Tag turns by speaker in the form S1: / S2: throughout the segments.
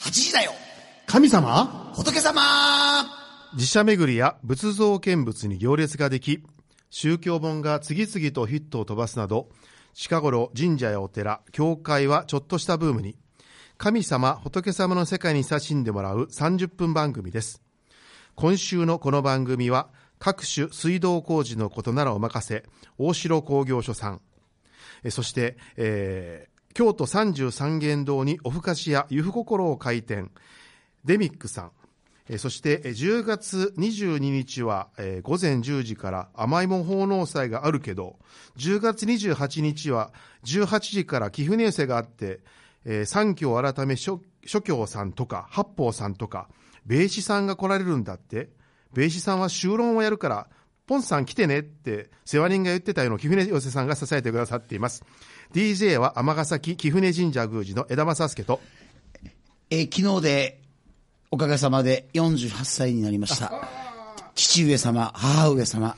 S1: 8時だよ
S2: 神様
S1: 仏様
S2: 寺社巡りや仏像見物に行列ができ、宗教本が次々とヒットを飛ばすなど、近頃神社やお寺、教会はちょっとしたブームに、神様、仏様の世界に親しんでもらう30分番組です。今週のこの番組は、各種水道工事のことならお任せ、大城工業所さん。えそして、えー京都三十三間堂におふかしやゆふ心を開店、デミックさん。えーそして、えー10月22日は、えー午前10時から甘いもん奉納祭があるけど、10月28日は18時から貴船寄せがあって、えー三教改め諸諸教さんとか、八方さんとか、米子さんが来られるんだって、米子さんは修論をやるから、ポンさん来てねって、世話人が言ってたような貴船寄せさんが支えてくださっています。DJ は尼崎貴船神社宮司の枝正介と、
S1: えー昨日で、おかげさまで48歳になりました。父上様、母上様、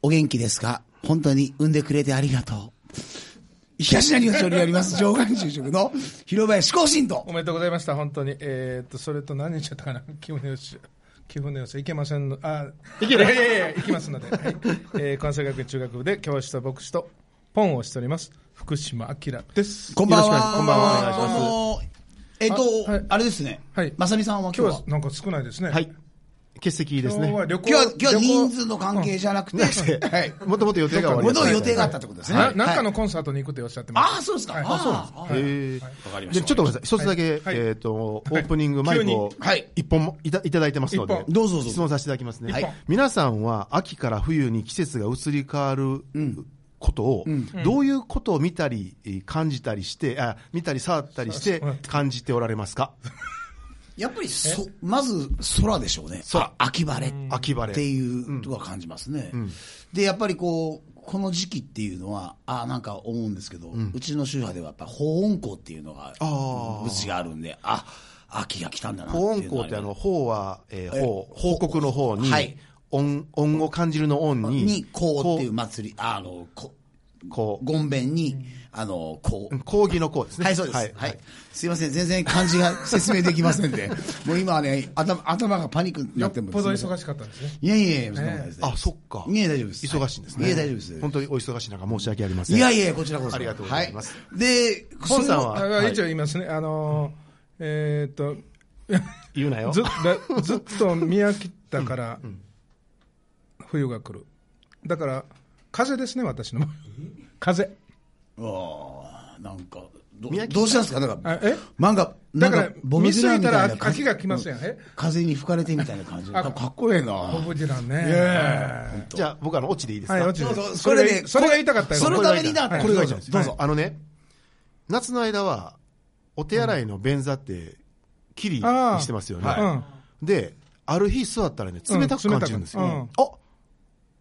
S1: お元気ですか本当に産んでくれてありがとう。東成町にあります、上岸住職の広林光信と
S3: お。めでとうございました、本当に。えーっと、それと何日だったかな、 気分のよし。気分のよし、いけませんの、あ、いけない。いやいやいや、いきますので、はい。えー関西学院中学部で教師と牧師とポンをしております、福島明です。
S1: こんばん
S2: よろしくお願い
S1: は。
S2: しますこんばんはお願いします
S1: あのーえっと、あ,、
S3: あはい
S1: れですね。
S3: はい
S1: まさみさんは今
S3: 今
S1: 日は
S3: 日は。なんか少ないですね。
S2: はい。、欠席で
S3: 今
S2: す
S3: 日
S2: ね。
S3: は旅行。
S1: 今日は、今日は
S3: 旅行
S1: 人数の関係じゃなくて、はい。
S2: もともと予定が終わ
S1: も
S2: りまし
S1: と
S2: た
S1: 予定があったってことですね。
S3: ななんか
S1: はい
S3: のコンサートに行くっておっしゃってま
S1: あ
S3: す。
S1: あ、そうですか。
S3: はい
S1: ああそう
S2: へーでちょっとごめんなさい、一つだけ、
S3: はい
S2: えっ、と、オープニングマイクを
S1: 急にはい
S2: 一本もいたいただいてますの
S3: 一
S2: で
S3: 本、
S1: どうぞどうぞ
S2: 質問させていただきますね、
S1: はい
S2: 皆さんは秋から冬に季節が移り変わることを、どういうことを見たり、えー感じたりして、あ見たり触ったりして
S3: そう
S2: 感じておられますか、
S1: やっぱりそ、まず空でしょうね。
S2: 空
S1: あ秋晴れ。
S2: 秋晴れ
S1: っていうとは感じますね。で、やっぱりこう、この時期っていうのは、ああ、なんか思うんですけど、うちの宗派ではやっぱ保温校っていうのが、
S2: あー
S1: うちがあるんで、あ、秋が来たんだなっていう
S2: 保
S1: のはあります。
S2: 温校ってあの、法は、えー
S1: え
S2: 法、報告の方に、
S1: はい
S2: 音、音を感じるの音に、
S1: に、こうっていう祭り、あの、こ
S2: こう、
S1: ごんべんに、あの、こう
S2: うん。講義のこうですね。
S1: はい、そうです。はい。すいません、全然漢字が説明できませんで、もう今はね、頭、頭がパニックにな
S3: よ
S1: っ
S3: って
S1: も
S3: ぽど忙
S1: い。
S3: しかったんですね。
S1: いやいやいや、そんなことないですね
S2: あ、そっか。
S1: いや大丈夫です
S2: 忙しいんですね。
S1: いや大丈夫です
S2: 本当にお忙しい中、申し訳ありません。
S1: いやいや、こちらこそ。
S2: ありがとうございます
S1: はで、
S2: ポンさんは
S3: あ
S2: はい
S3: 一応言いますね。あのー、えーっと、
S2: 言うなよ。
S3: ずだずっと見飽きたから、冬が来る。だから、風ですね、私の場合。風。
S1: それもあーなんか、ど
S2: 宮城
S1: どうしたんですかなん
S3: あ
S1: か、
S3: え
S1: 漫画、な
S3: だ
S1: ん
S3: か、、
S1: からボブ
S3: 見
S1: ジ
S3: 過
S1: ランみ
S3: ぎた
S1: た
S3: ら
S1: いな感
S3: 秋
S1: じ。
S3: が来ません。え
S1: 風に吹かれてみたいな感じ。
S3: あ
S1: かかっこええな
S3: ボブジランね。
S2: じゃあ、僕あの、オチでいいですか、
S3: はい、落ち
S1: そう
S3: る
S1: そう
S3: それがいいそれが言いたかったよ。
S1: そのためにだ
S3: はい
S2: これがいいじゃん。
S3: はい
S2: どうぞ。あのね、夏の間は、お手洗いの便座って、きりにしてますよね。
S3: うんうん
S2: で、ある日座ったらね、冷たく感じるんですよ。
S3: うん冷
S2: あ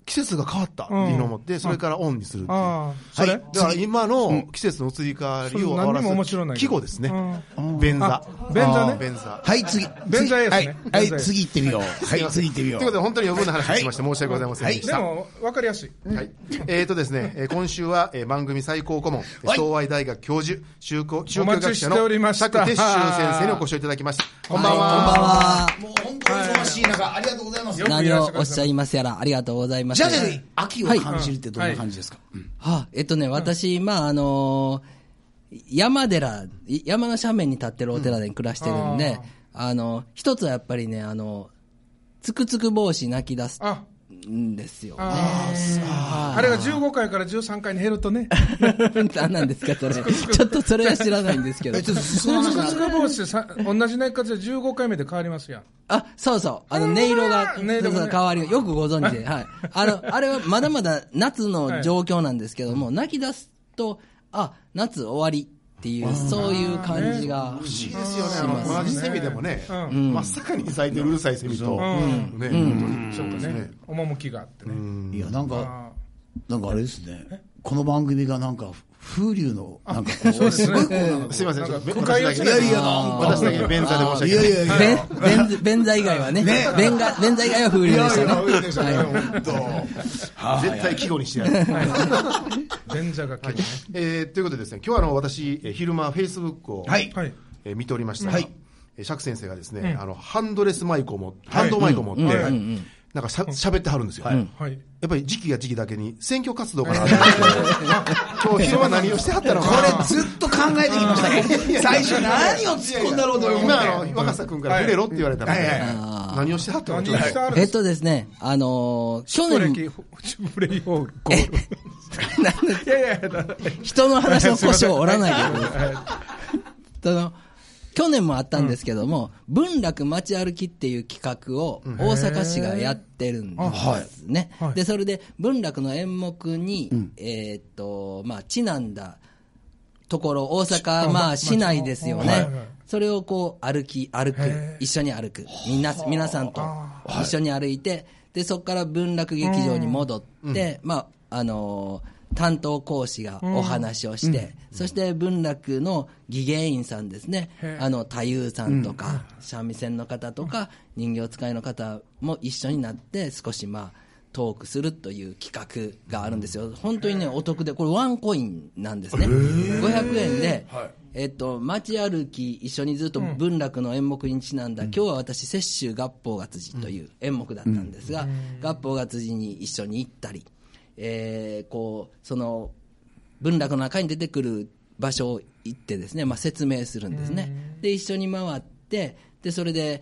S2: 季節が変わったっていうのを思って、それからオンにするっていう。
S3: ああ、それ、
S1: はい
S2: だから今の季節の移り変わりを
S3: それ何にも面
S2: 表す
S3: 白ないけ
S2: 季
S3: ど
S2: 語ですね
S3: う。
S2: 便座
S3: あ。便座ね
S2: あー便座。
S1: はい、次。次
S3: 便座ですね
S1: は
S3: 便
S1: い、
S3: 座
S1: はい、
S3: です
S1: 次行ってみよう。はい、次行ってみよう。
S2: ということで、本当に余分な話をしました。申し訳ございませんでした。
S3: でも分かりやすい。
S2: はい。えーとですね、えー今週は、えー番組最高顧問、
S1: はい
S2: 東愛大学教授、宗教、宗教
S3: お待
S2: 学
S3: ちし
S2: 者
S3: て
S2: の
S3: おりました
S2: 釈哲修先生にお越しいただきました。こんば
S1: こ
S2: んは。
S1: んばんは。もう本当に忙しい中、ありがとうございます。
S3: よく
S4: 何をおっしゃいますやら、ありがとうございます。
S1: じゃあ、じゃあ秋を感じるってどんな感じですか、
S4: はあ、えっとね、私、まあ、あのー山寺、い山の斜面に立ってるお寺で暮らしてるんで、あの、一つはやっぱりね、あの、つくつく帽子泣き出す
S3: あ
S4: んですよ。あ
S3: ああれが15回から13回に減るとね、
S4: 何なんですか、それ。ちょっとそれは知らないんですけど
S1: え、。ちょっとその
S3: つ
S1: 話
S3: く
S1: な
S3: つく帽子でさ同じ内活で15回目で変わりますやん。
S4: あ、そうそう。あの、音色が、
S3: 音色がね
S4: そうそう変わり、よくご存知で、はい。あの、あれはまだまだ夏の状況なんですけども、泣き出すと、あ、夏終わりっていう、そういう感じが。
S2: 不思議ですよね。あの、同じセミでもね、
S3: う
S2: 真っ盛りに咲いてるうるさいセミと、
S3: ん
S2: ね、
S3: ちょっとね、趣があってね。
S1: いや、なんか、
S3: あ
S1: なんかあれですね。この番組がなんか、風流の、なんかこう、すごいこうなんか
S2: すいません、ちょっと、
S3: なんか誤解を
S2: 私だ
S3: し
S2: け
S1: いや
S3: て
S1: いや、なんか。
S2: 私だけ便座で申し訳
S1: い
S2: な
S1: や
S2: い
S1: い。やいや。
S4: べんべん便座以外はね、べんが便座以外は風流
S1: い
S4: で
S1: や
S4: し
S1: いや、
S4: た
S1: 多い
S4: ね。
S1: でしょうね、本当。
S2: 絶対季語にしてやる。
S3: ー前座が来るね。
S2: えーということでですね、今日はあの、私、えー昼間、フェイスブックを、
S1: はい。
S3: はい。
S2: えー見ておりましたが、
S1: はい
S2: え釈先生がですね、あの、ハンドレスマイクをも、ハンドマイクを持って、なんかしゃ喋ってはるんですよ。や
S3: はい。
S2: っぱり時期が時期だけに、選挙活動から始まって、 今日昼間何をしてはったのか
S1: こ
S2: な
S1: れずっと考えてきましたね。最初何を突っ込んだろうと思って。
S2: 今、あの、若狭君から触れろって言われたら、
S1: はいはいは
S2: 何をしてはったの
S3: 何
S2: ちょっと
S3: してあるん
S4: え
S3: で
S4: っ
S3: す
S4: とですね、あのー去
S3: か
S4: 年、
S3: プレイオーゴール。いやいやいやだから、
S4: 人の話の腰を折らないでください。
S3: は
S4: その去年もあったんですけども、文楽街歩きっていう企画を大阪市がやってるんですね。
S3: あはい
S4: で、それで文楽の演目に、えーっと、まあ、ちなんだところ、大阪、まあ、市内ですよ
S3: はい
S4: ね
S3: はい。
S4: それをこう、歩き、歩く
S3: へー、
S4: 一緒に歩く、みんな、皆さんと一緒に歩いて、で、そこから文楽劇場に戻って、まあ、あのー担当講師がお話をして、そして文楽の技芸員さんですね
S3: へ、え
S4: あの、太夫さんとか、三味線の方とか、人形使いの方も一緒になって、少しまあ、トークするという企画があるんですよ。本当にね、お得で、これワンコインなんですね。500円で、えっと、街歩き一緒にずっと文楽の演目にちなんだ、今日は私、雪舟合法が辻という演目だったんですが、合法が辻に一緒に行ったり、えーこう、その、文楽の中に出てくる場所を行ってですね、まあ、説明するんですね。で、一緒に回って、で、それで、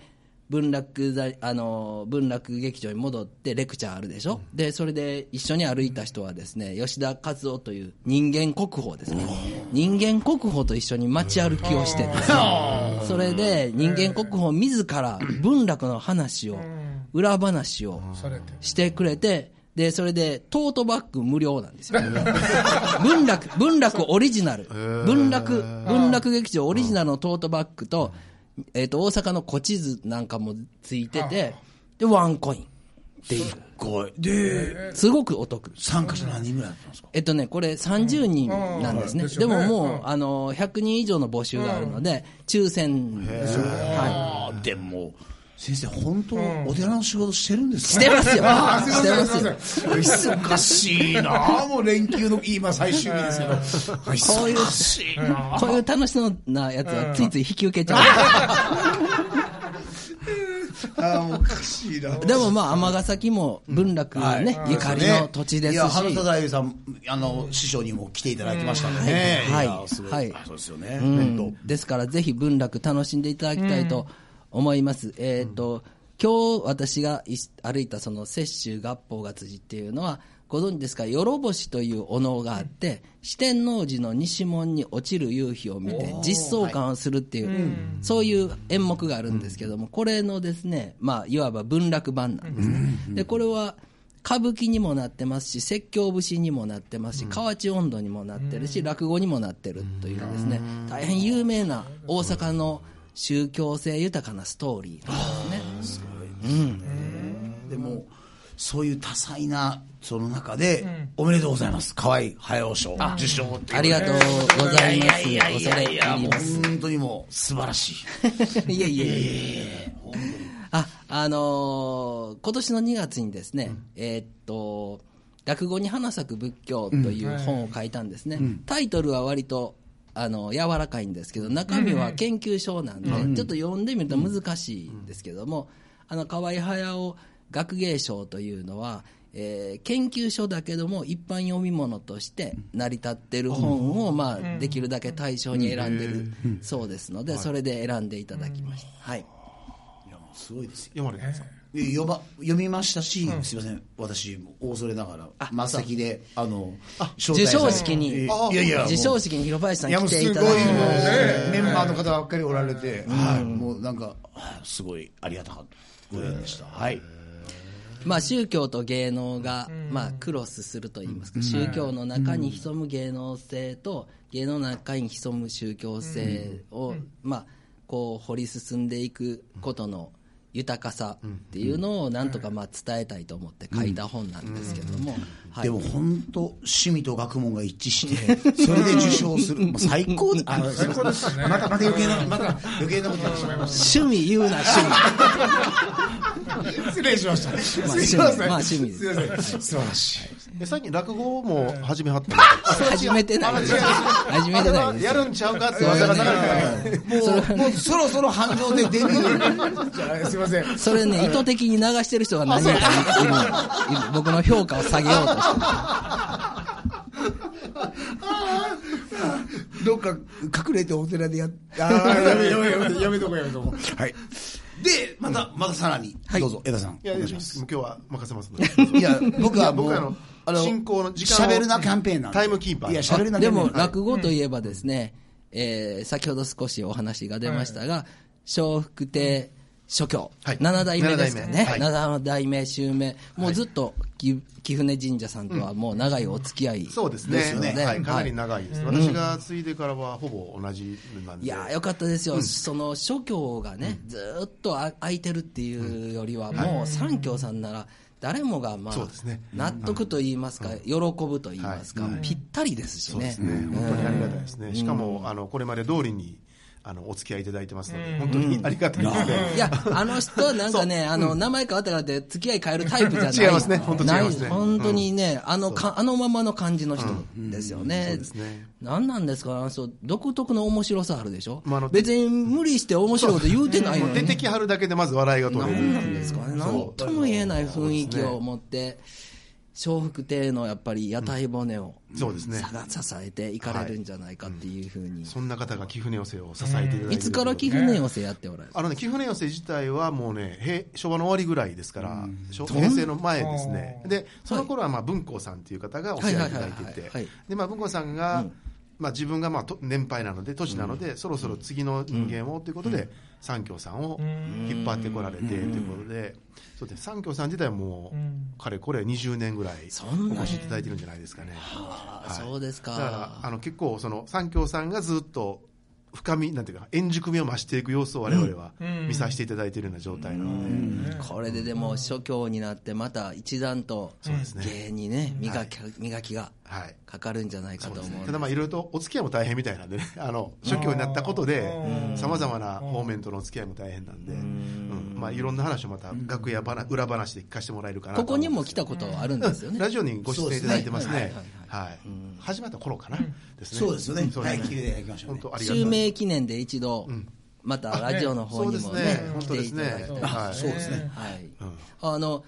S4: 文楽座あの文楽劇場に戻ってレクチャーあるでしょ、でそれで一緒に歩いた人はですね吉田和夫という人間国宝ですね人間国宝と一緒に街歩きをしてですねそれで人間国宝自ら文楽の話を裏話を
S3: い。されて。
S4: してくれて、で、それで、トートバッグ無料なんですよ。 文楽、文楽オリジナル。文楽、文楽劇場オリジナルのトートバッグと、えっ、と、大阪の古地図なんかもついてて、で、ワンコインっていう。
S1: こうで、
S4: すごくお得。
S1: 参加者何人ぐらいだったんですか
S4: えっとね、これ30人なんですね。
S3: うんうん
S4: でももう、
S3: うん
S4: あの、100人以上の募集があるので、抽選ですよはい。
S1: ああ、でも、先生、本当、お寺の仕事してるんです
S4: し
S1: か
S4: てますよ。
S1: すい
S4: してま
S1: ません
S4: すよ。
S1: 忙しいなあもう連休の今最終日ですけど。忙しいなあ
S4: こういう楽しそうなやつはついつい引き受けちゃ
S1: あーもうおかしいな
S4: う。でもまあ、尼崎も文楽ね、ゆかりの土地ですし。
S1: いや、花田大夫さん、あの、師匠にも来ていただきましたんでね。
S4: はい
S1: やすご
S4: はい
S1: そうですよね。
S4: うん
S1: 本当
S4: ですから、ぜひ文楽楽しんでいただきたいと思います。えっ、と、今日私がい歩いたその雪舟合法が辻っていうのは、ご存知ですか、よろぼしというお能があって、四天王寺の西門に落ちる夕日を見て、実相感をするっていう、そういう演目があるんですけども、これのですね、まあ、いわば文楽版なんですね。で、これは、歌舞伎にもなってますし説教節にもなってますし河内音頭にもなってるし落語にもなってるというですね大変有名な大阪の宗教性豊かなストーリーなんですね。
S1: でも、そういう多彩な、その中で、おめでとうございます。河合駿賞受賞っていう
S4: ありがとうございます。
S1: いやいや
S4: 恐れ
S1: いや、
S4: 入り
S1: も
S4: ます。
S1: う本当にもう素晴らしい。
S4: いやいやいやいやあ、あのー今年の2月にですね、えーっと、落語に花咲く仏教という本を書いたんですね。タイトルは割と、あの、柔らかいんですけど、中身は研究書なんで、ちょっと読んでみると難しいんですけども、あの、河合駿学芸賞というのは、えー研究所だけども一般読み物として成り立ってる本を、まあ、できるだけ対象に選んでるそうですので、それで選んでいただきました。はい。
S1: いや、すごいですよ。
S2: 読まれてますか
S1: で読ま読みましたし、すいません、私、大それながら、真っ先で、あの、招
S4: 授
S1: 待され
S4: 賞式に、
S1: いやいや、
S4: 授賞式に広林さん
S1: いやもう
S4: 来て
S1: す
S4: い
S1: ご
S4: た
S1: い
S4: だ
S1: もう
S4: き
S1: ね
S4: ました
S1: メンバーの方ばっかりおられて、はい、もうなんかはいすごいありがたかったご縁でした、はい、
S4: まあ、宗教と芸能が、まあ、クロスするといいますか、宗教の中に潜む芸能性と、芸能の中に潜む宗教性を、まあ、こう、掘り進んでいくことの豊かさっていうのを、なんとか、まあ、伝えたいと思って書いた本なんですけども、はい
S1: でも本当趣味と学問が一致 してそれで受賞するもう最高 であのすいませんまたまた余計なまた余計なことになってしまいまし
S4: 趣味言うな、趣味。
S1: た失礼しました
S4: まあ
S1: すいません
S4: まあ趣味です
S1: いません素晴らしい
S2: え最近落語も始めはった
S4: 始めてない。始めて
S2: あ
S4: ない
S2: れは
S4: です。
S2: やるんちゃうかって噂が流れてたから
S1: もう、もうそろそろ繁盛でデビュー。
S3: じゃあすいません。
S4: それね、意図的に流してる人が何人かいるいる僕の評価を下げようとして。
S1: どっか隠れてお寺でやっ、あーやめやめやめやめとこうやめとこう。はい。で、また、またさらに、どうぞ、江田さん。
S2: いや、
S1: お願
S2: いや
S1: いし
S2: 今
S1: ます
S2: 日は任せますので。
S1: いや、僕はも
S2: 僕
S1: う、
S2: はあの進行の時間を
S1: 喋るなキャンペーンなんで
S2: タイムキーパー
S1: いや、喋るなキャ
S4: で
S1: ンペーン
S4: も、
S1: なんで。
S4: 落語といえばですね、えー先ほど少しお話が出ましたが、笑福亭諸教、
S2: はい
S4: 7代目ですかね、
S2: 七代目
S4: 7代目、襲名、もうずっとき貴船神社さんとはもう長いお付き合い、
S2: そうです
S1: ですよね
S2: ね。は、
S4: はいい
S2: かなり長いです。私が継いでからはほぼ同じなんで。
S4: いやーよかったですよ、その諸教がね、ずーっとあ空いてるっていうよりは、もう三教さんなら、誰もがまあ
S2: そうですね
S4: 納得と言いますか、喜ぶと言いますか、ぴったりですし
S2: そうで
S4: ね
S2: す。ね。本当にありがたいですね。しかも、あの、これまで通りに、あの、お付き合いいただいてますので、本当にありがたいですね。
S4: いや、あの人はなんかね、あの、名前変わったからって付き合い変えるタイプじゃない。
S2: 違いますね本当違いますね
S4: ない本当にね、あのか、あのままの感じの人ですよね。そうです
S2: ね。
S4: 何なんですか、あの人、独特の面白さあるでしょ
S2: まああの
S4: 別に無理して面白いこと言うてないの
S2: もう出
S4: に。
S2: てきはるだけでまず笑いが取れる。
S4: 何なんですかね、なんとも言えない雰囲気を持って、笑福亭のやっぱり屋台骨を、
S2: そうですね
S4: さが支えていかれるんじゃないかっていうふうに。
S2: そんな方が貴船寄せを支えていただいている
S4: いつから貴船寄せやっておられる
S2: あのね、貴船寄せ自体はもうね、平昭和の終わりぐらいですから、昭平成の前ですね。で、その頃はまあ文庫さんっていう方がお世話いただいて
S4: はいはいはい
S2: て
S4: はいはい、
S2: で、まあ文庫さんが、まあ自分がまあと年配なので、年なので、そろそろ次の人間をということで、三協さんを引っ張ってこられてということで、そうですね三協さん自体はもう、かれこれ20年ぐらい
S4: そん
S2: お
S4: な
S2: 越しいただいてるんじゃないですかね。
S4: あーそうです
S2: だか
S4: か。
S2: らあの結構その三協さんがずっと深みなんていうか円熟みを増していく様子を我々は見させていただいているような状態なので、
S4: これででも諸教になってまた一段と
S2: ですね
S4: 芸にね磨き,、磨きが
S2: はい
S4: かかるんじゃないかと思う
S2: ただまあいろいろとお付き合いも大変みたいなんでねあの諸教になったことでさまざまな方面とのお付き合いも大変なんで、うんまあ、いろんな話をまた楽屋話裏話で聞かせてもらえるかなと
S4: ここにも来
S2: 思
S4: た
S2: うんで
S4: ことはある
S2: す
S4: ん
S2: けど
S4: ですよね、
S2: ラジオにご出演いただいてますね
S4: そうですね
S2: はい始まった頃かな、ですね
S1: そうですよね。
S2: そう
S1: は
S2: です
S1: い、
S2: ね
S1: 聞いていただきましょう
S2: 本
S1: ね。
S2: 当ありがた
S4: 襲
S2: い
S4: 名記念で一度またラジオの方にもね
S2: あね
S4: 来ていただき
S2: そうです
S4: たい
S2: ねはい
S1: そうですね。
S4: はいあの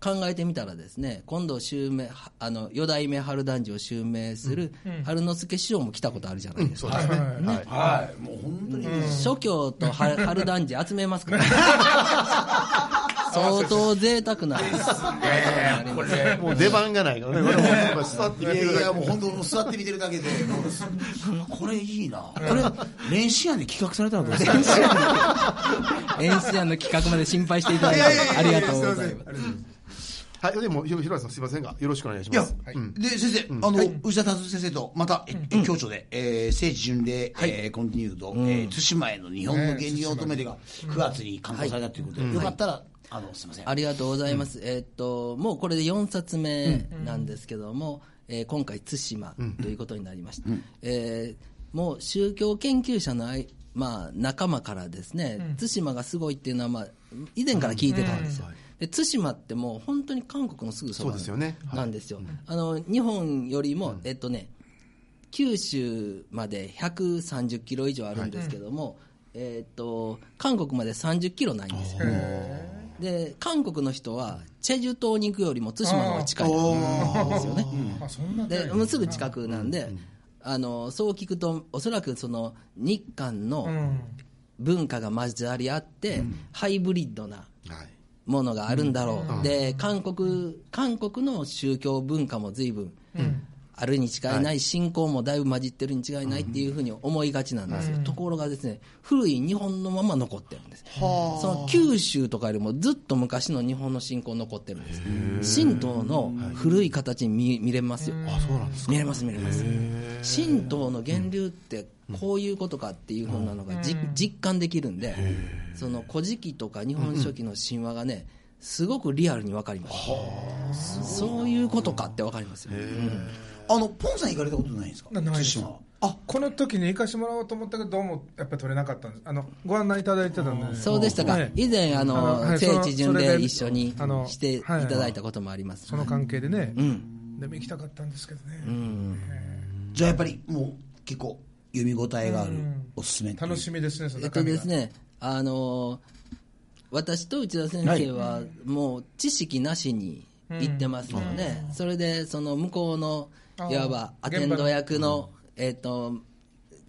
S4: 考えてみたらですね今度襲名はあの四代目春団治を襲名する春之助師匠も来たことあるじゃないです
S2: そ
S4: か、
S2: うですね、はい
S1: はい、もう本当に。
S4: 諸 教と春春団治集めますから相当贅沢 な
S3: これ
S2: もう出番がないからね、これもやっぱ座って
S1: いや
S2: 見てる
S1: い
S2: だ
S1: や、もう本当、もう座って見てるだ けで、もうすこれいいな。これ、練習案で企画されたのどうですか
S4: 演出案の企画まで心配していただいて、ありがとうございます。
S2: け。はい、でも、ひろひろさん、すみませんが、よろしくお願いし
S1: い
S2: ま
S1: や
S2: す。、
S1: で、先生、あの、宇治田達先生と、また、ええ共著で、えー、聖地巡礼、えーコンティニュード、えー、対馬への日本の芸人を止めてが、9月に刊行されたということで、よかったら、あの、すみません。
S4: ありがとうございます。えーっと、もうこれで4冊目なんですけども、えー今回、対馬ということになりました。えーもう宗教研究者のあい、まあ、仲間からですね、対馬がすごいっていうのは、まあ、以前から聞いてたんですよ。で対馬ってもう本当に韓国のすぐそば
S2: そうですよねはい
S4: なんですよ。あの日本よりも、えっとね、九州まで130キロ以上あるんですけども、えーっと韓国まで30キロないんですよ。で韓国の人はチェジュ島に行くよりも対馬の方が近いんですよね。
S3: あそんな
S4: でもうすぐ近くなんで、あのそう聞くとおそらくその日韓
S3: う
S4: の
S3: ん
S4: 文化が混ざり合って、ハイブリッドな
S2: はい。
S4: ものがあるんだろう、で韓国韓国の宗教文化も随分、あるに違いない、信仰もだいぶ混じってるに違いないっていうふうに思いがちなんですよ、ところがですね古い日本のまま残ってるんです、その九州とかよりもずっと昔の日本の信仰残ってるんです神道の古い形に見見れますよ、
S2: あ、そうなんですか。
S4: 見れます見れます神道の源流ってこういうことかっていうふうなのがじ、実感できるんでその「古事記」とか「日本書紀」の神話がねすごくリアルに分かりますそういうことかって分かりますよ、うん
S1: あの、ポンさん行かれたことないんですか
S3: なないです
S1: 対馬は
S3: あこの時に行かしてもらおうと思ったけどどうもやっぱり取れなかったんですあのご案内いただいてたんで
S4: そうでしたか、
S3: はい
S4: 以前あ
S3: あのは
S4: の
S3: い
S4: 聖地
S3: そ
S4: 巡
S3: れ
S4: 礼
S3: で
S4: 一緒に
S3: あの
S4: していただいたこともあります
S3: その関係でね、
S4: うん
S3: でも行きたかったんですけどね、
S1: じゃあやっぱりもう結構読み応えがある
S3: うん
S1: おすすめっていう
S3: 楽しみですね、その
S4: えっと
S3: 中身が
S4: ですね、あの私と内田先生はもう知識なしに行ってますので、それでその向こうの
S3: あー
S4: いわばアテンド役の、えっと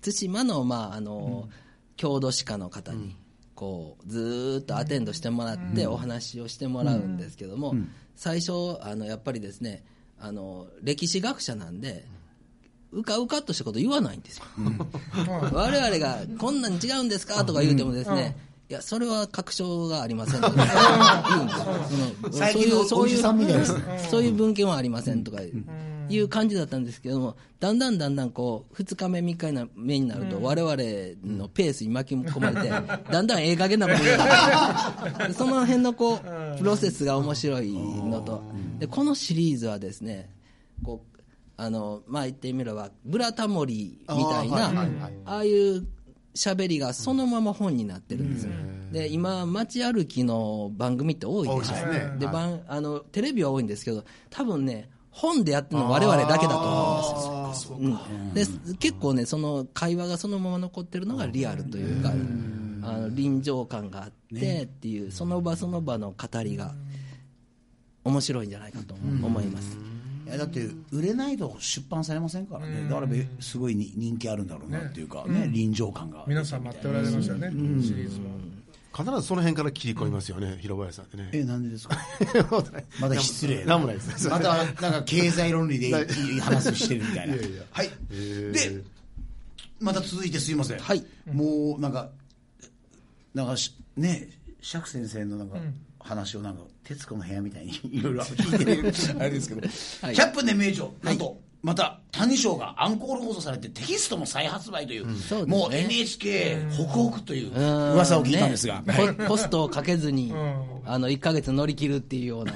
S4: 対馬のまああの、郷土史家の方にこうずーっとアテンドしてもらってお話をしてもらうんですけども、最初あのやっぱりですねあの歴史学者なんで。うかうかっとしたこと言わないんですよ。我々がこんなに違うんですかとか言うてもですね、いや、それは確証がありませんとか言うんですよ
S1: 最近の
S4: そう
S1: お
S4: い
S1: じ
S4: う、
S1: さんみたいですね
S4: そういう文献はありませんとかいう感じだったんですけども、だんだんだんだんこう、2日目、3日目になると、我々のペースに巻き込まれて、だんだんええ加減なことに なる。その辺のこう、プロセスが面白いのと、で、このシリーズはですね、こう、あの、まあ、言ってみれば、ブラタモリみたい
S1: あーはい
S4: な
S1: はいはい、
S4: ああいう喋りがそのまま本になってるんですよ。で、今、街歩きの番組って多いでしょ
S2: 多いですね
S4: で、
S2: はい
S4: 番あの、テレビは多いんですけど、多分ね、本でやってるの我々だけだと思うんですよ。
S2: あー
S4: うんで結構ねその会話がそのまま残ってるのがリアルというかあの臨場感があってっていう、その場その場の語りが面白いんじゃないかと思います、
S1: いやだって売れないと出版されませんからね、だからすごいに人気あるんだろうなっていうかね、臨場感が。
S3: 皆さん待っておられましたね、シリーズは。
S2: 必ずその辺から切り込みますよね、広林さんってね。
S1: え、なんでですかまだ失礼 な
S2: な
S1: ん
S2: もないです。
S1: またなんか経済論理でいいいい話してるみ たいな。
S2: いやいや
S1: はい。で、また続いてすいません。
S4: はい
S1: もうなんか、なんかしね、釈先生のなんか、話をなんか、徹子の部屋みたいに いろいろ聞いてる、 あれですけど、
S4: はい
S1: 100分で名著、なんと、また、谷賞がアンコール放送されてテキストも再発売という、
S4: そうですね
S1: もう NHK 北北という
S4: うん
S1: 噂を聞いたんですが、
S4: ねココストをかけずに、あの1か月乗り切るっていうような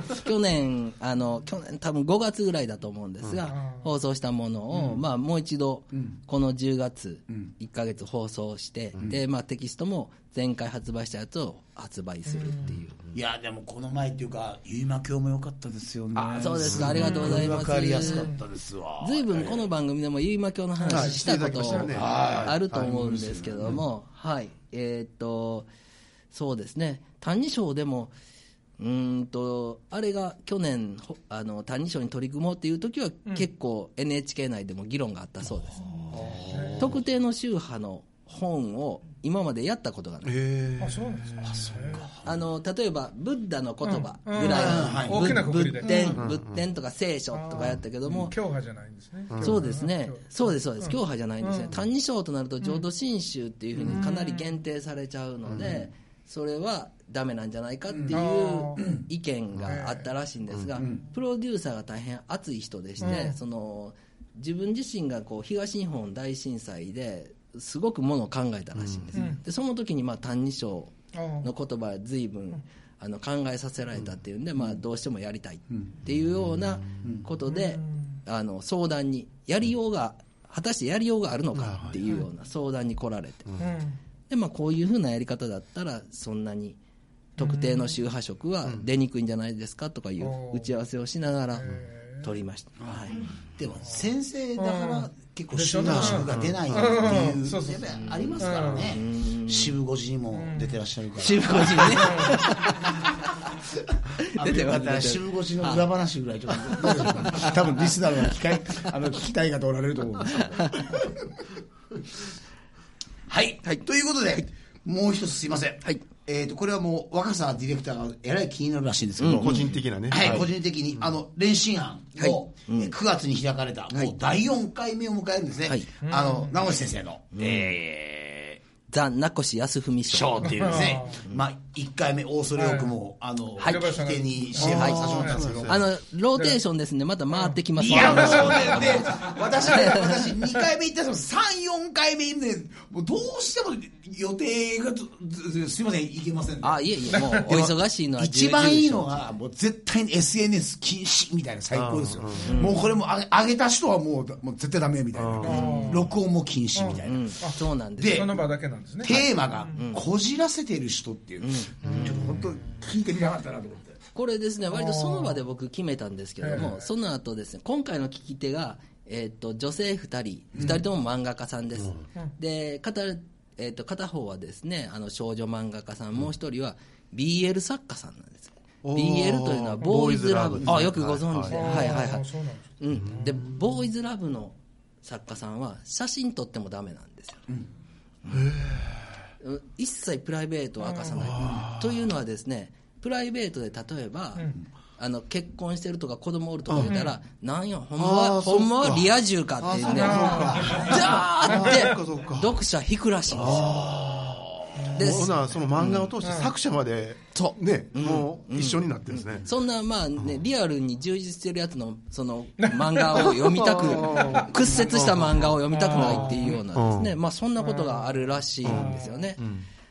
S4: ですね、去年あの去年多分5月ぐらいだと思うんですが、放送したものを、まあ、もう一度、この10月、1か月放送して、でまあ、テキストも前回発売したやつを発売するっていう、
S1: いや、でもこの前っていうか、結馬教も良かったですよね。
S4: あそうですかありがとうございます
S1: わかりやすかったですわ。
S4: ずいぶんこの番組でも結馬教の話したこ
S2: はいしていただき
S4: と
S2: ましたねはい
S4: あると思うんですけども、はい、えーっと、そうですね、単二賞でも、うーんと、あれが去年、ほあの単二賞に取り組もうっていう時は、結構 NHK 内でも議論があったそうです。特定の宗派の本を今までやったことがない。
S2: え
S3: あ、そうなんですか。
S4: あの例えばブッダの言葉ぐ
S1: は
S4: ら
S1: い
S4: いのぶ
S3: 大きな括りで
S4: 仏典仏典とか聖書とかやったけども
S3: 教派じゃないんですね。
S4: そうですね、そうです、そうです、教派じゃないんですね、単二章となると、浄土真宗っていうふうにかなり限定されちゃうので、それはダメなんじゃないかっていう
S3: う
S4: 意見があったらしいんですが、プロデューサーが大変熱い人でして、その自分自身がこう東日本大震災ですごくものを考えたらしいんです、でその時にまあ単二章の言葉ずいぶんあの考えさせられたっていうんで、まあ、どうしてもやりたいっていうようなことで、あの相談にやりようが果たしてやりようがあるのかっていうような相談に来られて、でまあ、こういうふうなやり方だったらそんなに特定の宗派色は出にくいんじゃないですかとかいう打ち合わせをしながら取りました。はい
S1: でも先生だから結構
S3: でしょ
S1: 集
S3: うね
S1: 団色が出ないって
S3: う
S1: い
S3: ん
S1: う
S3: そうそう
S1: やっぱりありますからね渋五時にも出てらっしゃるから
S4: 渋谷人ね
S1: 出
S4: 出
S1: て
S4: て
S1: よ
S4: ま
S1: か
S4: す
S1: ったら渋五時の裏話ぐらいちょっとどうでしょうか多分リスナーの機会あの聞きたい方おられると思うんですけどはい、ということでもう一つすいません、
S4: はい
S1: えー、とこれはもう若狭ディレクターがえらい気になるらしいんですけど、
S2: 個人的なね。
S1: はい、個人的に、あの、練習班を、えー9月に開かれた、もう第4回目を迎えるんですね。
S4: はい
S1: あの、名越先生の、えー
S4: ザ・名越康文賞
S1: 賞っていうですね、まあ、1回目、大それよくも、あの、
S3: い
S1: 引き手にして、
S3: はい
S1: はい、差し持ったんですけど、
S4: あのローテーションですねまた回ってきます
S1: い
S4: ね
S1: や、もうそうだよね。私はね、私、2回目行ったら、3、4回目で、もうどうしても予定がず、ずすいません、行けません、
S4: あいえいえもうお忙しいのは
S1: 一番いいのは、もう絶対に SNS 禁止みたいな最高ですよ。もうこれもあげ上げた人はもうもう絶対ダメみたいな。録音も禁止みたいな。
S4: そうなんです
S1: で
S3: その場だけなんですね。
S1: テーマがこじらせてる人っていう、
S5: ちょっと本当聞いてみたかったなと思って。
S4: これですね、割とその場で僕決めたんですけども、その後ですね、今回の聞き手が、えー、と女性2人、2人とも漫画家さんです。で片,、えー、と片方はですねあの少女漫画家さん、もう一人は BL 作家さんなんです。
S2: おー
S4: BL というのはボーイズラ
S2: ボーイズラブ
S4: ブ
S2: ですね
S4: あよくご存知で、
S3: あー
S4: はいはいはい
S3: そうなんです。
S4: うん、でボーイズラブの作家さんは写真撮ってもダメなんですよ、うん一切プライベートは明かさないというのはですねプライベートで例えば、あの結婚してるとか子供おるとか言ったら、なんやほんま
S2: あー
S4: はほんま
S2: そっ
S4: は
S2: か
S4: リア充かって言うねじゃあ
S2: そっかそっ
S4: っ
S2: か
S4: て読者引くらしいんですよで
S2: ほなその漫画を通して作者まで、
S4: そう
S2: ね、もう一緒になってるんですね、
S4: そんなまあね、リアルに充実してるやつのその漫画を読み たく屈折した漫画を読みたくないっていうようなですね、まあ、そんなことがあるらしいんですよね。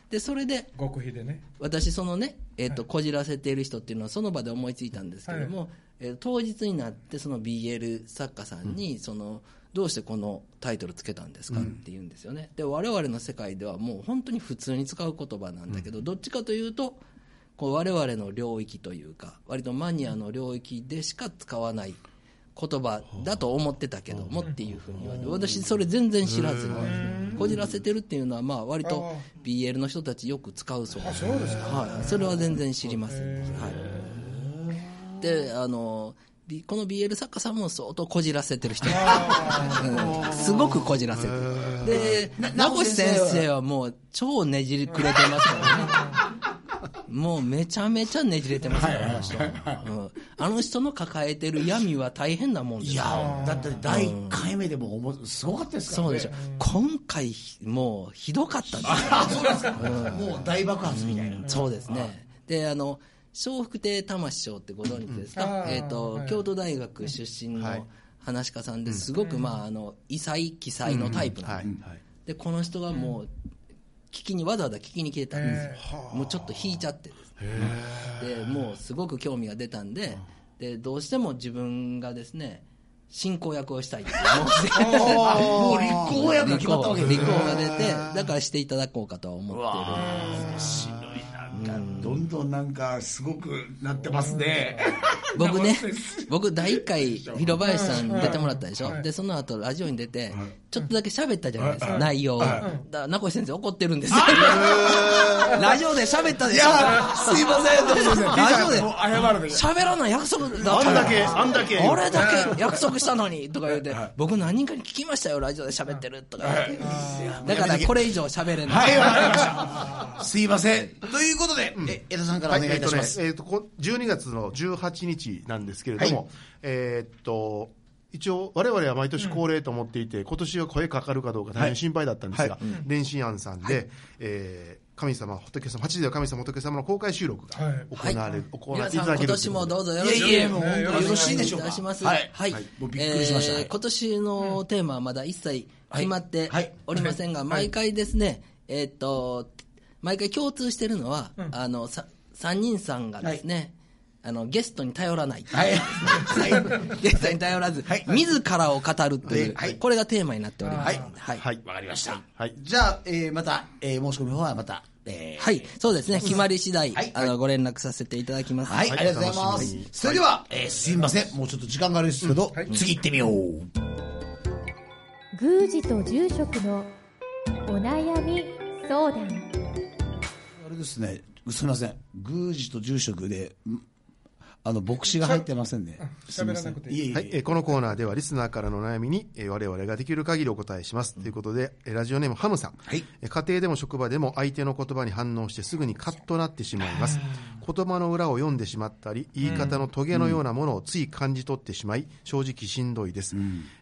S4: でそれで
S3: 極秘でね。
S4: 私そのね、えっとこじらせている人っていうのはその場で思いついたんですけども、えー当日になってその BL 作家さんにその、どうしてこのタイトルつけたんですかって言うんですよね、で我々の世界ではもう本当に普通に使う言葉なんだけど、どっちかというとこう我々の領域というか割とマニアの領域でしか使わない言葉だと思ってたけどもっていうふうに言われて私それ全然知らずにこじらせてるっていうのはまあ割と BL の人たちよく使うそうですそうですはい、それは全然知りませんでした、はい、であの B- この BL 作家さんも相当こじらせてる人、うん すごくこじらせてるで名越先生はもう超ねじりくれてますからね もうめちゃめちゃねじれてますから、あの人。うんあの人の抱えてる闇は大変なもんです
S1: い
S4: よ
S1: やだって第1回目でもおもすごかったですから
S4: そう
S1: ね
S4: でしょ。今回、もうひどかったですよ
S1: あそうですか、もう大爆発みたいな、
S4: そうですね。で、あの、笑福亭玉師匠ってご存知ですか
S3: うん
S4: えっと
S3: は、い
S4: 京都大学出身の話し家さんですごく、まあ、あの、異彩、奇才のタイプな
S2: は
S4: んです
S2: い、はい
S4: でこの人がもう聞きにわざわざ聞きに来てたんですよ、もうちょっと引いちゃってですねでもうすごく興味が出たんででどうしても自分がですね進行役をしたいって思って
S1: あ もう立候補役が決まったわけです
S4: 立
S1: ね
S4: 候補が出てだからしていただこうかとは思って
S5: どんどんなんかすごくなってますね。
S4: る 僕ね僕第1回広林さん出てもらったでしょでその後ラジオに出てちょっとだけ喋ったじゃないですか内容をだから名越先生怒ってるんですよ ラジオで喋ったでしょ
S1: すいませんどうもすいま
S4: ラジオで
S5: もう謝るでしょ。
S4: 喋らない約束だったの
S2: あんだけあんだけ
S4: 俺だけ約束したのにとか言うて、僕何人かに聞きましたよ、ラジオで喋ってるとか言って。だからこれ以上喋れない。
S1: せんはいわかりましたすいませんということで、え江田さんからお願いいたします、
S2: はいえっとねえっとこ12月の18日なんですけれども、
S1: はい
S2: えーっと一応我々は毎年恒例と思っていて、今年は声かかるかどうか大変心配だったんですが、電信庵さんで、えー神様仏様8時では神様仏様の公開収録が行われ、行わ
S4: 皆
S2: れてい
S4: さ
S2: ただ
S4: ん今
S2: ける
S4: 年もどうぞよろしく
S1: いえいえもう
S3: 本当に
S4: お願
S1: よろしいでしょうか
S4: いたします。
S1: はい
S4: はい
S1: はいもうびっくりしました
S4: えー今年のテーマはまだ一切決まっておりませんが、毎回ですね、えーっと、毎回共通してるのは、あの、さ三人さんがですね、あの、ゲストに頼らない。
S1: はい、はい
S4: ゲストに頼らず、
S1: はい
S4: 自らを語るという、
S1: はい
S4: これがテーマになっておりますので、はい
S2: はい
S1: わかりました。
S2: はい
S1: じゃあ、えーまた、えー申し込みの方はまた、えー
S4: はい、そうですね、決まり次第、
S1: はい
S4: あのご連絡させていただきます。
S1: はい、ありがとうございま
S2: 楽
S1: す
S2: しみに。
S1: それでは、えーすいません。もうちょっと時間があるんですけど、次行ってみよう。
S6: 宮司と住職のお悩み相談
S1: あれですね、すみません。宮司と住職で、んあの、牧師が入ってませんね。すみま
S3: 喋ら
S1: せ
S3: なんく。ていい
S1: いえいえ。
S2: はい、えーこのコーナーではリスナーからの悩みに、えー我々ができる限りお答えします、ということでえーラジオネームハムさん、
S1: はい
S2: えー家庭でも職場でも相手の言葉に反応してすぐにカッとなってしまいます言葉の裏を読んでしまったり言い方のトゲのようなものをつい感じ取ってしまい正直しんどいです、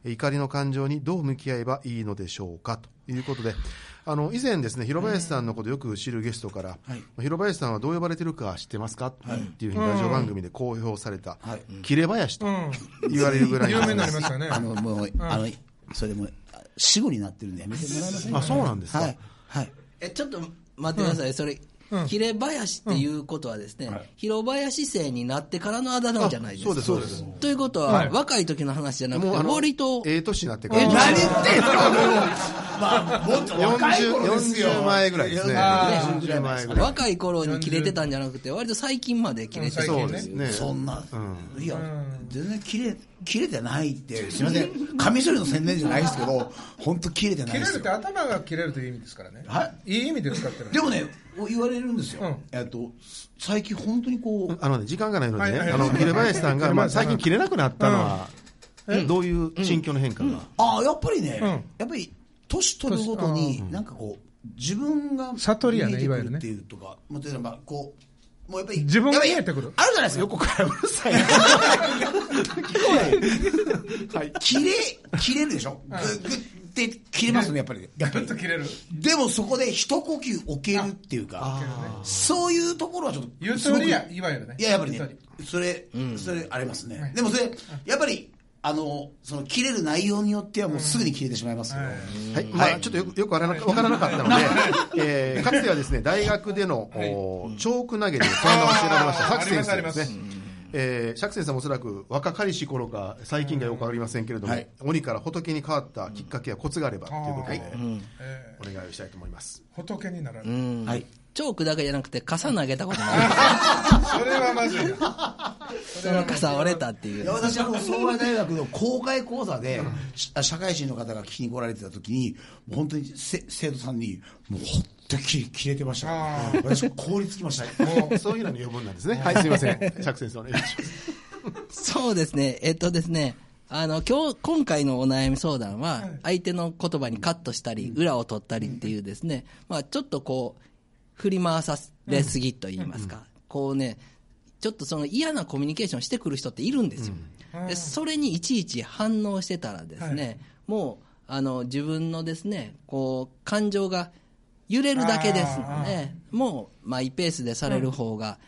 S2: えー怒りの感情にどう向き合えばいいのでしょうかということであの以前ですね広林さんのことよく知るゲストから、広林さんはどう呼ばれてるか知ってますか、っていうふうにラジオ番組で公表された、切れ林と言われるぐらい
S3: 有名になりま
S2: し
S3: したね。
S1: あの、もう、あの、それも、あ死後になってるんでやめてもらえませんか
S2: あそうなんですか、
S1: はい。はい。
S4: えちょっと待ってください、それ、切れ林っていうことはですね、広林姓になってからのあだ名じゃないですか。
S2: あそうですそう
S4: ということは、若い時の話じゃなくて、
S2: もうあの
S4: 割と、
S2: ええ年になってから
S1: 何言ってんすかもう
S5: まあ、もっと若い頃ですよ。
S2: 40前ぐらいですね。
S5: あー
S2: 40前ぐらい。
S4: 若い頃に切れてたんじゃなくて、割と最近まで切れてた。
S2: そうですね。
S1: そんな、いや、全然切れ、切れてないって、すみません、カミソリの宣伝じゃないですけど、 本当切れてないで
S3: 切れる
S1: す
S3: って
S1: よ。
S3: 頭が切れるという意味ですからね。。
S1: はい
S3: い意味で使ってる。
S1: でもね、言われるんです
S3: う
S1: よ
S3: ん。
S1: えっと、最近本当にこう、
S2: あのね、時間がないのでね、
S3: はい
S2: あの、桐林さんが、まあ、最近切れなくなったのは、どういう心境の変化が、
S1: ああ、やっぱりね、
S3: うん
S1: やっぱり年取るごとに、なんかこう、自分が
S3: 悟りやね
S1: 見えて
S3: い
S1: く
S3: わゆるね
S1: っていうとか、もうというのはこう、もうやっぱり、
S3: 自分が
S1: やっぱり
S3: 見えてくる
S1: あるじゃないですか、横からうるさいな。切れ、切れるでしょ、ぐぐって切れますね、やっぱり。やっぱ
S3: ちょっ
S1: り
S3: と切れる。
S1: でもそこで一呼吸置けるっていうか、そういうところはちょっと、
S3: ゆ
S1: す
S3: と
S1: ごく
S3: りや、いわゆるね。
S1: いや、やっぱり
S3: ゆ
S1: ね
S3: と、
S1: それ、それありますね。でもそれ、やっぱり、あの、その切れる内容によってはもうすぐに切れてしまいますけど。
S2: はい、まあ、ちょっとよくよくわからなわからなかったので、えーかつてはですね、大学での、おーチョーク投げでその名を教えられました、
S3: あー
S2: 釈先
S3: あ
S2: 生
S3: り
S2: で
S3: ますあ
S2: す
S3: り
S2: ね。えー釈先生もおそらく若かりし頃か最近がよくわかりませんけれども、
S1: はい
S2: 鬼から仏に変わったきっかけやコツがあればということで、
S3: え
S2: お願いをしたいと思います。
S3: ー仏になられ
S4: う
S3: る。
S4: ん
S1: はい。
S4: チョークだけじゃなくて、傘投げたこともあ る。
S3: それはまずいな。
S4: その傘折れたってい
S1: いうや。私はこの総合大学の公開講座で、し社会人の方が聞きに来られてた時に、もう本当にせ生徒さんに、もうほっとき切れてました
S3: あ。
S1: 私、凍りつきま した。
S2: もうそういうのに余分なんですね。はい、すみません。釈先生お願いします。
S4: そうですね。えっとですね。あの、今日、今回のお悩み相談は、相手の言葉にカットしたり、裏を取ったりっていうですね、まあ、ちょっとこう、振り回されすぎと言いますか、こうね、ちょっとその嫌なコミュニケーションしてくる人っているんですよ。でそれにいちいち反応してたらですね、もう、あの、自分のですね、こう、感情が揺れるだけですので、もうマイペースでされる方が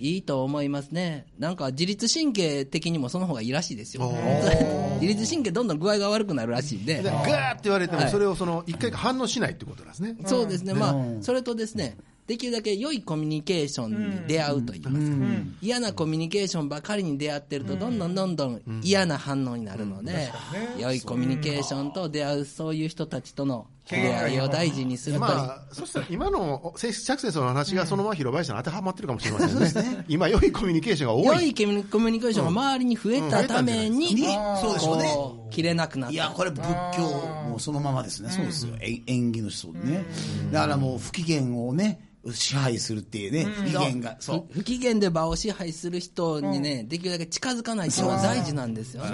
S4: いいと思いますね、なんか自律神経的にもその方がいいらしいですよ、 自律神経、どんどん具合が悪くなるらしいんで
S2: で、ガーって言われても、
S4: はい
S2: それをその一回反応しないってことなんですね。
S4: そうですね、まあ、それとですね、できるだけ良いコミュニケーションに出会うといいますか、嫌なコミュニケーションばかりに出会ってると、どんどんどんどん嫌な反応になるので、良いコミュニケーションと出会う、そういう人たちとの出会いを大事にするといい。
S2: まあ、そしたら今の釈先生の話がそのまま広林さんに当てはまってるかもしれませんね。今、良いコミュニケーションが多
S4: 良
S2: い。
S4: いコミュニケーションが周りに増えたために、
S1: に、そうでしょうね。
S4: こう切れなくなっ
S1: いや、
S4: た。
S1: これ仏教もうそのままですね。そうですよ。え縁起の思想でね。だからもう不機嫌をね、支配するっていうね、不機嫌が、そう。
S4: 不機嫌で場を支配する人にね、できるだけ近づかないっていうのは大事なんですよね。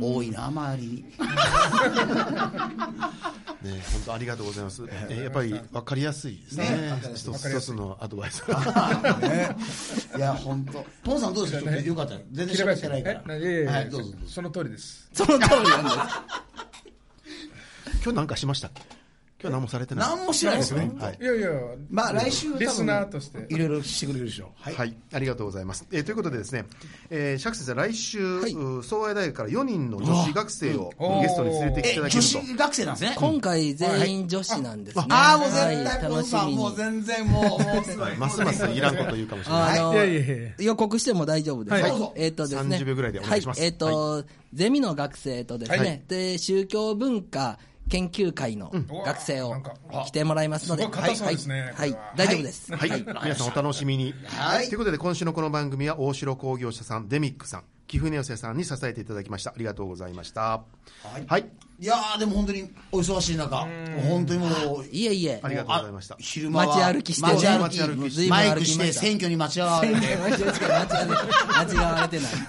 S1: 多いな、周りに。
S2: ね、本当ありがとうございます。えやっぱり分かりやすいですね。一つ一つのアドバイスが。
S1: ね いや、本当。ポンさんどうですかちょっとよかった。全然喋ってないから。
S3: えいやいやいや
S1: はい、どうぞどうぞ。
S3: その通りです。
S4: その通りなんです。
S2: 今日何かしましたっけ今日何もされてない。
S1: 何もしないですよ。
S2: はい
S3: い。やいや、
S1: まあ、来週多分
S3: リスナーとして
S1: いろいろしてくれるでしょう。はい。
S2: はい、ありがとうございます。えーということでですね、えー、釈先生、来週、うー総愛大学から4人の女子学生を
S3: わ
S2: ゲストに連れてきてい
S1: え
S2: ただ、
S1: 女
S2: けると。
S1: 子学生なんですね。
S4: 今回全員女子なんですね。
S1: ああ、もう絶
S4: はい
S1: 対、ポ
S4: 楽
S1: ン
S4: し
S1: さん、
S4: み
S1: も
S4: に
S1: う。全然もう、もうすごい。
S2: ますますいらんこと言うかもしれない。
S4: あの
S3: いやいやいやいや
S4: 予告しても大丈夫です。
S3: はい
S1: どうぞ
S4: えっとですね。
S2: 30秒ぐらいでお願いします
S4: はえっと、ゼミの学生とです
S3: は
S4: ね、で、宗教文化研究会の学生
S3: うわ
S4: を
S3: なんかあ
S4: 来てもらいますので、
S3: すごい硬そうですね
S4: はい
S3: これは
S4: はい、大丈夫です。
S2: はい、皆さんお楽しみに。
S1: はい
S2: ということで、今週のこの番組は、大城工業者さん、デミックさん、貴船寄せさんに支えていただきました。ありがとうございました。はい。
S1: いやー、でも本当にお忙しい中、本当にもう、
S4: いえいえ
S2: あ。りがとうございました
S1: あ昼間は
S4: 街歩きしてね
S1: 街歩き
S4: 街歩きして
S1: マイクし
S4: 随分歩きま
S1: て
S4: した
S1: 選挙に待ち合わせて
S4: 間違われてな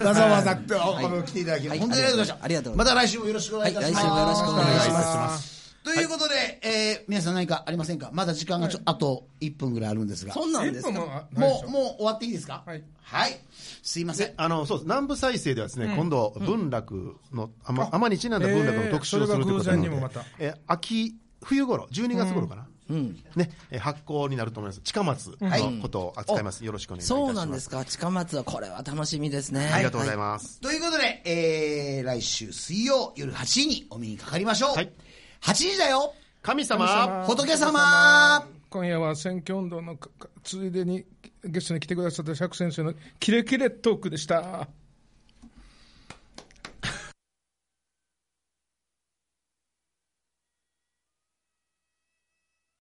S4: い。
S1: わざわざこの来ていただき、
S4: はい
S1: 本当にありがとうございました。
S4: ありがとうご
S1: ま
S4: ざ
S1: た来週もよろしくお願いいたします。
S4: はい来週もよろしくお願いします
S2: ます。
S1: ということで、えー皆さん何かありませんかまだ時間がちょ、あと1分ぐらいあるんですが。
S4: そんなんで
S3: 一
S4: す
S3: 分
S4: か
S3: もあないで
S1: も
S3: しょ
S1: う、もう終わっていいですか
S3: はい。
S1: すいません
S2: で。あのそうです南部再生ではですね、今度、文楽の、あま天にちなんだ文楽の特集をするということなの
S3: えーそれが偶然にもま
S2: で
S3: た、
S2: えー秋、冬頃、12月頃かな、ねえー発行になると思います、近松のことを扱います、よろしくお願いいたします。
S4: そうなんですか。近松はこれは楽しみですね。
S2: ありがとうございます。
S1: ということで、えー来週水曜夜8時にお目にかかりましょう。
S2: はい
S1: 8時だよ
S2: 神様
S1: 仏様
S3: 今夜は選挙運動のかかついでにゲストに来てくださった釈先生のキレキレトークでした。